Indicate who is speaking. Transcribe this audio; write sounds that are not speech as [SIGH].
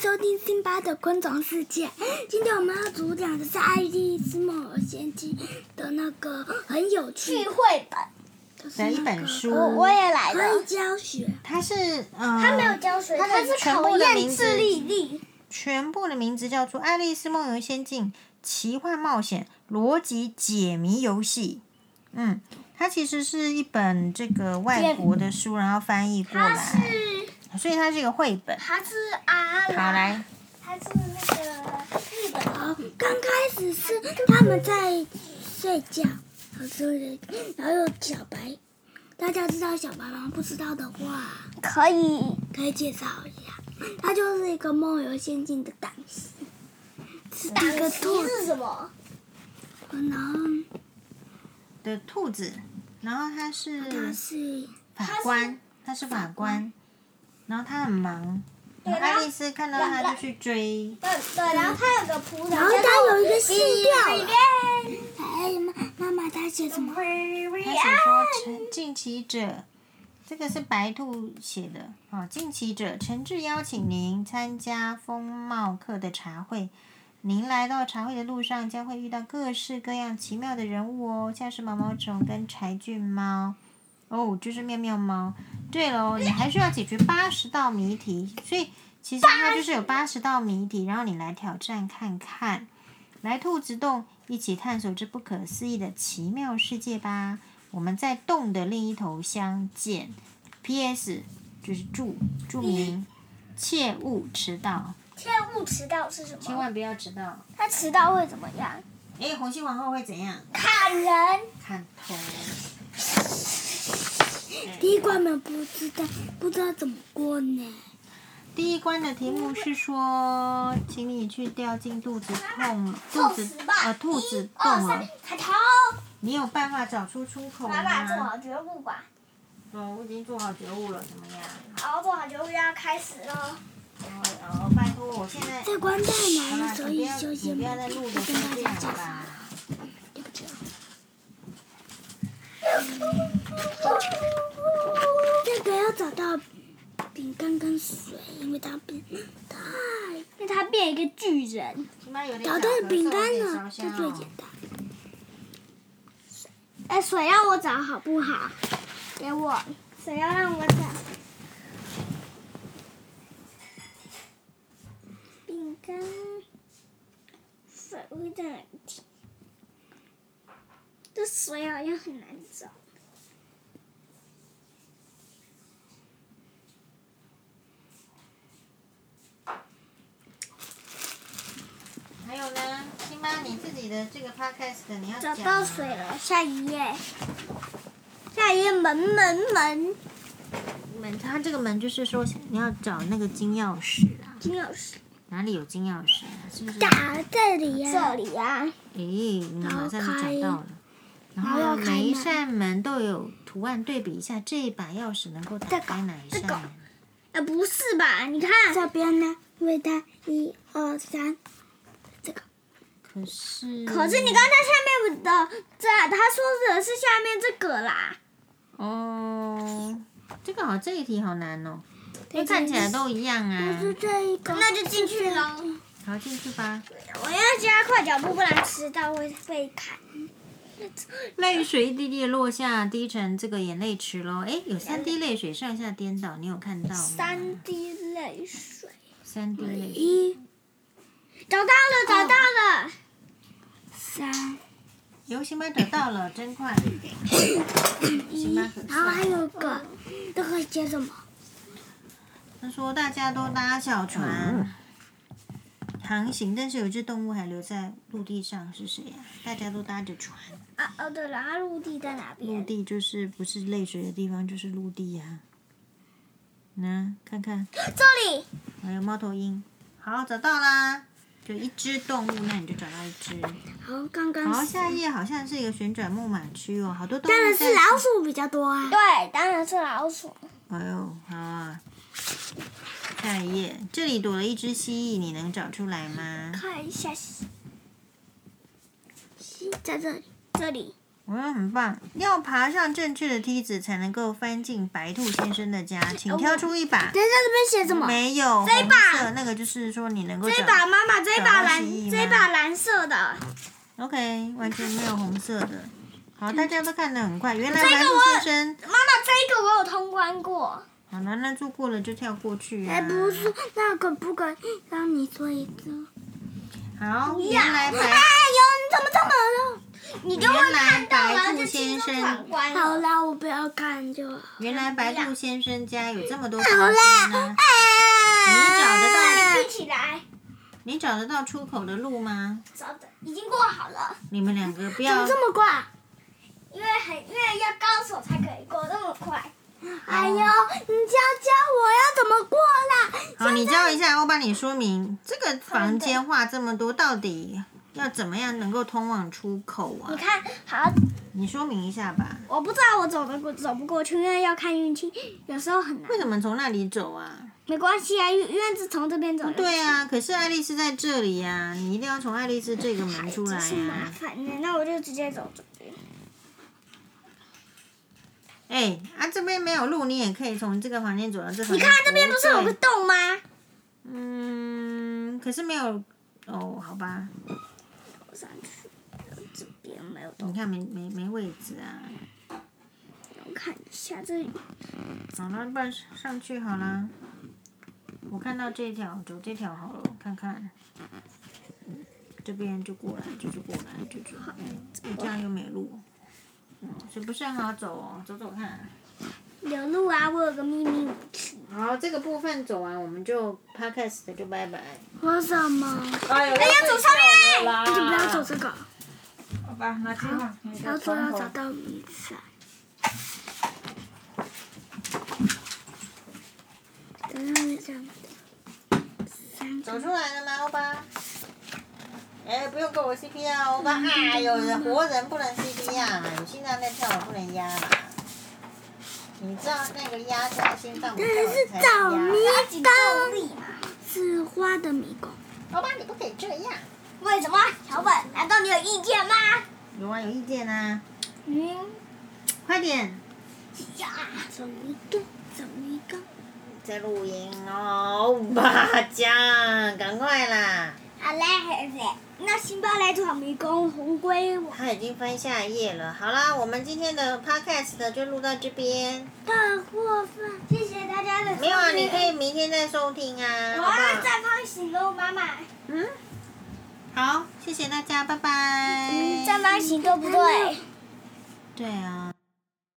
Speaker 1: 收听辛巴的昆虫世界。今天我们要主讲的是《爱丽丝梦游仙境》的那个很有趣
Speaker 2: 聚，会本，
Speaker 1: 就是
Speaker 3: 哪
Speaker 1: 那
Speaker 3: 一
Speaker 1: 个
Speaker 3: 本书
Speaker 2: 我我也来
Speaker 1: 可以
Speaker 2: 了。
Speaker 1: 教学。
Speaker 3: 它是嗯，
Speaker 2: 他没有教水，
Speaker 3: 它
Speaker 2: 他
Speaker 3: 是
Speaker 2: 是
Speaker 3: 全部
Speaker 2: 考
Speaker 3: 的
Speaker 2: 验
Speaker 3: 名字
Speaker 2: 智力力。
Speaker 3: 全部的名字叫做《爱丽丝梦游仙境》奇幻冒险逻辑解谜游戏。嗯，它其实是一本这个外国的书，然后翻译过
Speaker 2: 他
Speaker 3: 来，
Speaker 2: 是
Speaker 3: 所以它是一个绘本。
Speaker 2: 他是阿
Speaker 3: 好，
Speaker 2: 拉，
Speaker 3: 来，
Speaker 2: 他是那个日本
Speaker 1: 好，刚开始是他们在睡觉，可是然后有小白，大家知道小白吗？不知道的话，
Speaker 2: 可以
Speaker 1: 可以介绍一下，它就是一个梦游仙境的档期，是
Speaker 2: 打
Speaker 1: 一
Speaker 2: 个
Speaker 1: 个兔
Speaker 2: 题
Speaker 1: 子，
Speaker 2: 是什么？
Speaker 1: 然后
Speaker 3: 的兔子，然后它
Speaker 1: 它
Speaker 3: 是
Speaker 1: 是
Speaker 3: 法官，它是法官，然后他很忙，然
Speaker 2: 对
Speaker 3: 后
Speaker 2: 然后
Speaker 3: 爱丽丝看到他就去追，
Speaker 2: 对对，然后他有个葡萄，
Speaker 1: 然后他有一个信调了
Speaker 2: 里
Speaker 1: 哎妈妈妈，它写什么？
Speaker 2: 面
Speaker 3: 他写说陈近期者，这个是白兔写的哦。近期者，诚挚邀请您参加风貌课的茶会。您来到茶会的路上，将会遇到各式各样奇妙的人物哦，像是毛毛虫跟柴郡猫，哦，就是妙妙猫。对喽，你还需要解决八十道谜题，所以其实它就是有八十道谜题，然后你来挑战看看。来兔子洞，一起探索这不可思议的奇妙世界吧！我们在洞的另一头相见。P.S. 就是注注
Speaker 2: [LAUGHS]
Speaker 3: 明，切勿迟到，
Speaker 2: 切勿迟到是什
Speaker 3: 千
Speaker 2: 么？
Speaker 3: 万不要迟到。
Speaker 2: 他迟到会怎么样？
Speaker 3: 哎，红心皇后会怎样？
Speaker 2: 砍人。
Speaker 3: 砍头。
Speaker 1: 第一关们不知道，不知道怎么过呢。
Speaker 3: 第一关的题目是说，请你去掉进肚子痛，肚
Speaker 2: 痛
Speaker 3: 子
Speaker 2: 死吧！
Speaker 3: 呃肚子
Speaker 2: 一二
Speaker 3: 洞
Speaker 2: 三
Speaker 3: 了，，
Speaker 2: 砍头！
Speaker 3: 你有办法找出出口
Speaker 2: 妈妈做
Speaker 3: 吗？
Speaker 2: 好觉悟吧，
Speaker 3: 哦，我已经做好觉悟了，怎么样？
Speaker 2: 好，做好觉悟要开始喽。
Speaker 3: 哦，哦拜托，我现在。
Speaker 1: 在关在
Speaker 3: 好
Speaker 1: 哪
Speaker 3: 啦
Speaker 1: 里？所以
Speaker 3: 你不要
Speaker 1: 休息
Speaker 3: 你不要
Speaker 1: 们
Speaker 3: 再录
Speaker 1: 不
Speaker 3: 了，
Speaker 1: 跟大家
Speaker 3: 这样
Speaker 1: 介绍。
Speaker 3: 吧。
Speaker 1: 对不起啊这个要找到饼干跟水，因为它饼太
Speaker 2: 那他变一个巨人，
Speaker 3: 起码有点
Speaker 1: 找
Speaker 3: 小
Speaker 1: 到
Speaker 3: 咳嗽
Speaker 1: 饼
Speaker 3: 有
Speaker 1: 干
Speaker 3: 点
Speaker 1: 了，
Speaker 3: 烧
Speaker 1: 这最
Speaker 3: 香哦
Speaker 1: 简单。
Speaker 2: 哎，水要我找好不好？给我，水要让我找。饼干，水会在哪里提？这水好像很难找。
Speaker 3: 还有呢，辛巴，你自己的这个 podcast 你要
Speaker 2: 找
Speaker 3: 讲
Speaker 2: 到
Speaker 3: 啊
Speaker 2: 水了，下一页，下一页门门门，
Speaker 3: 门，它这个门就是说你要找那个金钥匙啊，
Speaker 2: 金钥匙
Speaker 3: 哪里有金钥匙啊？是不是？
Speaker 1: 打这里呀、
Speaker 2: 这里啊，
Speaker 3: 诶，你马上
Speaker 1: 然后开
Speaker 3: 就找到了。然
Speaker 1: 然后要
Speaker 3: 后
Speaker 1: 开
Speaker 3: 每一
Speaker 1: 门
Speaker 3: 扇门都有图案，对比一下这一把钥匙能够打
Speaker 2: 这个
Speaker 3: 开哪一
Speaker 2: 这
Speaker 3: 扇
Speaker 2: 个
Speaker 3: 门？
Speaker 2: 啊不是吧？你看，
Speaker 1: 这边呢，因为它一二三，这个
Speaker 3: 可是
Speaker 2: 可是你刚才下面的这他说的是下面这个啦，
Speaker 3: 哦，这个好，这一题好难哦，
Speaker 1: 对
Speaker 3: 这看起来都一样啊
Speaker 1: 但。是这一个
Speaker 2: 那就进去喽。
Speaker 3: 好，进去吧。
Speaker 2: 我要加快脚步，不然迟到会被砍。
Speaker 3: 泪水一滴滴地落下，滴成这个眼泪池喽。诶，有三滴泪水上下颠倒，你有看到吗？
Speaker 2: 三滴泪水，
Speaker 3: 三滴泪水。
Speaker 1: 一
Speaker 2: 找到了，找到了，
Speaker 1: 三，
Speaker 3: 游行班找到了，真快。行吧，可
Speaker 1: 然后还
Speaker 3: 算。
Speaker 1: 有一个，这个写什么？
Speaker 3: 他说大家都搭小船航行，但是有一只动物还留在陆地上，是谁呀、啊大家都搭着船，
Speaker 2: 啊哦嗯对了，啊陆地在哪
Speaker 3: 陆
Speaker 2: 边？
Speaker 3: 地就是不是泪水的地方，就是陆地呀、那看看，
Speaker 2: 这里。
Speaker 3: 还有猫头鹰。好，找到啦，就一只动物，那你就找到一只。
Speaker 1: 好，刚刚
Speaker 3: 好，
Speaker 1: 是
Speaker 3: 下一页好像是一个旋转木马区哦，好多动物
Speaker 1: 当然是
Speaker 3: 在
Speaker 1: 老鼠比较多啊。
Speaker 2: 对，当然是老鼠。
Speaker 3: 哎呦，好啊！下一页，这里躲了一只蜥蜴，你能找出来吗？
Speaker 2: 看一下
Speaker 1: 在这里，
Speaker 2: 这里，
Speaker 3: 嗯，很棒。要爬上正确的梯子才能够翻进白兔先生的家，请挑出一把。
Speaker 2: 等一下这边写什么？
Speaker 3: 没有
Speaker 2: 哦这一
Speaker 3: 红
Speaker 2: 把
Speaker 3: 色，那个就是说你能够
Speaker 2: 这一
Speaker 3: 找
Speaker 2: 把妈妈，这一把
Speaker 3: 找到心
Speaker 2: 蓝，
Speaker 3: 意
Speaker 2: 这一
Speaker 3: 吗
Speaker 2: 把蓝色的。
Speaker 3: OK，完全没有红色的。好，大家都看得很快。原来
Speaker 2: 嗯这个
Speaker 3: 白
Speaker 2: 我
Speaker 3: 兔先生，
Speaker 2: 妈妈，这个我有通关过。
Speaker 3: 好了，那就过了就跳过去、啊。
Speaker 1: 哎，不是，那可不可以让你说一次？
Speaker 3: 好，
Speaker 2: 不
Speaker 3: 原来白
Speaker 2: 哎呦，你怎么这么了？你就会
Speaker 3: 原来
Speaker 2: 看到，然
Speaker 3: 白
Speaker 2: 后
Speaker 3: 兔
Speaker 2: 就轻
Speaker 3: 先
Speaker 2: 松
Speaker 3: 生
Speaker 2: 闯，关了。
Speaker 1: 好啦，我不要看就好。
Speaker 3: 原来白兔先生家有这么多房
Speaker 1: 好哎
Speaker 3: 间呢
Speaker 1: 啦，。
Speaker 3: 你找得到
Speaker 2: 你闭起来，
Speaker 3: 你找得到出口的路吗？
Speaker 2: 早的已经过好了，
Speaker 3: 你们两个不
Speaker 1: 怎
Speaker 3: 要
Speaker 1: 么这么快？
Speaker 2: 因为很因为要高手才可以过那么快。
Speaker 3: 哦
Speaker 1: 哎呦，你教教我要怎么过啦？
Speaker 3: 好，你教一下，我帮你说明这个房间画这么多，到底要怎么样能够通往出口
Speaker 2: 你
Speaker 3: 啊？
Speaker 2: 看，好，
Speaker 3: 你说明一下吧。
Speaker 2: 我不知道我走得过走不过去，因为要看运气，有时候很难
Speaker 3: 为。什么从那里走啊？
Speaker 2: 没关系啊，因为因为是从这边走的。
Speaker 3: 对啊，可是爱丽丝在这里呀、你一定要从爱丽丝这个门出来
Speaker 2: 真是
Speaker 3: 呀、
Speaker 2: 麻烦呢，那我就直接走这边。
Speaker 3: 哎，啊这边没有路，你也可以从这个房间走到这房间。
Speaker 2: 你看啊这边不是有个
Speaker 3: 对？
Speaker 2: 洞吗？
Speaker 3: 嗯，可是没有哦，好吧，
Speaker 2: 我上去，这边没有
Speaker 3: 你
Speaker 2: 洞，
Speaker 3: 看没没没位置啊。
Speaker 2: 我看一下这里。
Speaker 3: 好了，不然上去好了。我看到这条，走这条好了，我看看。这边就过来，就是过来，就是好。你这样又没路，嗯，所以不是很好走哦，走走看。
Speaker 2: 有路啊，我有个秘密武器。
Speaker 3: 好，这个部分走完，我们就 podcast 的就拜拜。
Speaker 1: 我什么？
Speaker 3: 哎呀，
Speaker 2: 要走上面
Speaker 3: 啦
Speaker 1: 你就不要走。这个，
Speaker 4: 好吧，拿去吧。你的
Speaker 1: 然后说
Speaker 4: 窗
Speaker 1: 要
Speaker 4: 口
Speaker 1: 找到雨伞。等等，这样三
Speaker 3: 走
Speaker 1: 个
Speaker 3: 出来了吗，欧巴？哎，不用给我 CPR，欧巴。
Speaker 2: 嗯
Speaker 3: 哎呦，人活人不能 CPR，有心脏在跳，我不能压啦。你知道那个压起来心脏不跳
Speaker 1: 但是
Speaker 3: 才
Speaker 1: 找
Speaker 3: 压。
Speaker 1: 迷
Speaker 2: 动
Speaker 1: 宫
Speaker 2: 力嘛。
Speaker 1: 是花的迷宫，
Speaker 3: 欧巴，你不可以这样。
Speaker 2: 为什么？小本，难道你有意见吗？
Speaker 3: 有啊，有意见啊！
Speaker 2: 嗯，
Speaker 3: 快点，
Speaker 2: 呀，
Speaker 1: 走一个，走一个。
Speaker 3: 在录音哦，欧巴酱，赶快啦！
Speaker 2: 好嘞，好嘞。那辛巴来闯迷宫，红龟王。
Speaker 3: 他已经翻下一页了。好啦，我们今天的 podcast 就录到这边。
Speaker 1: 大过分！
Speaker 2: 谢谢大家的收听
Speaker 3: 没有啊，你可。以明天再收听啊，
Speaker 2: 我
Speaker 3: 好不
Speaker 2: 要
Speaker 3: 好？
Speaker 2: 绽放喜怒，哦妈妈。
Speaker 3: 嗯，好，谢谢大家，拜拜。
Speaker 2: 嗯绽放喜怒不对。
Speaker 3: 对啊。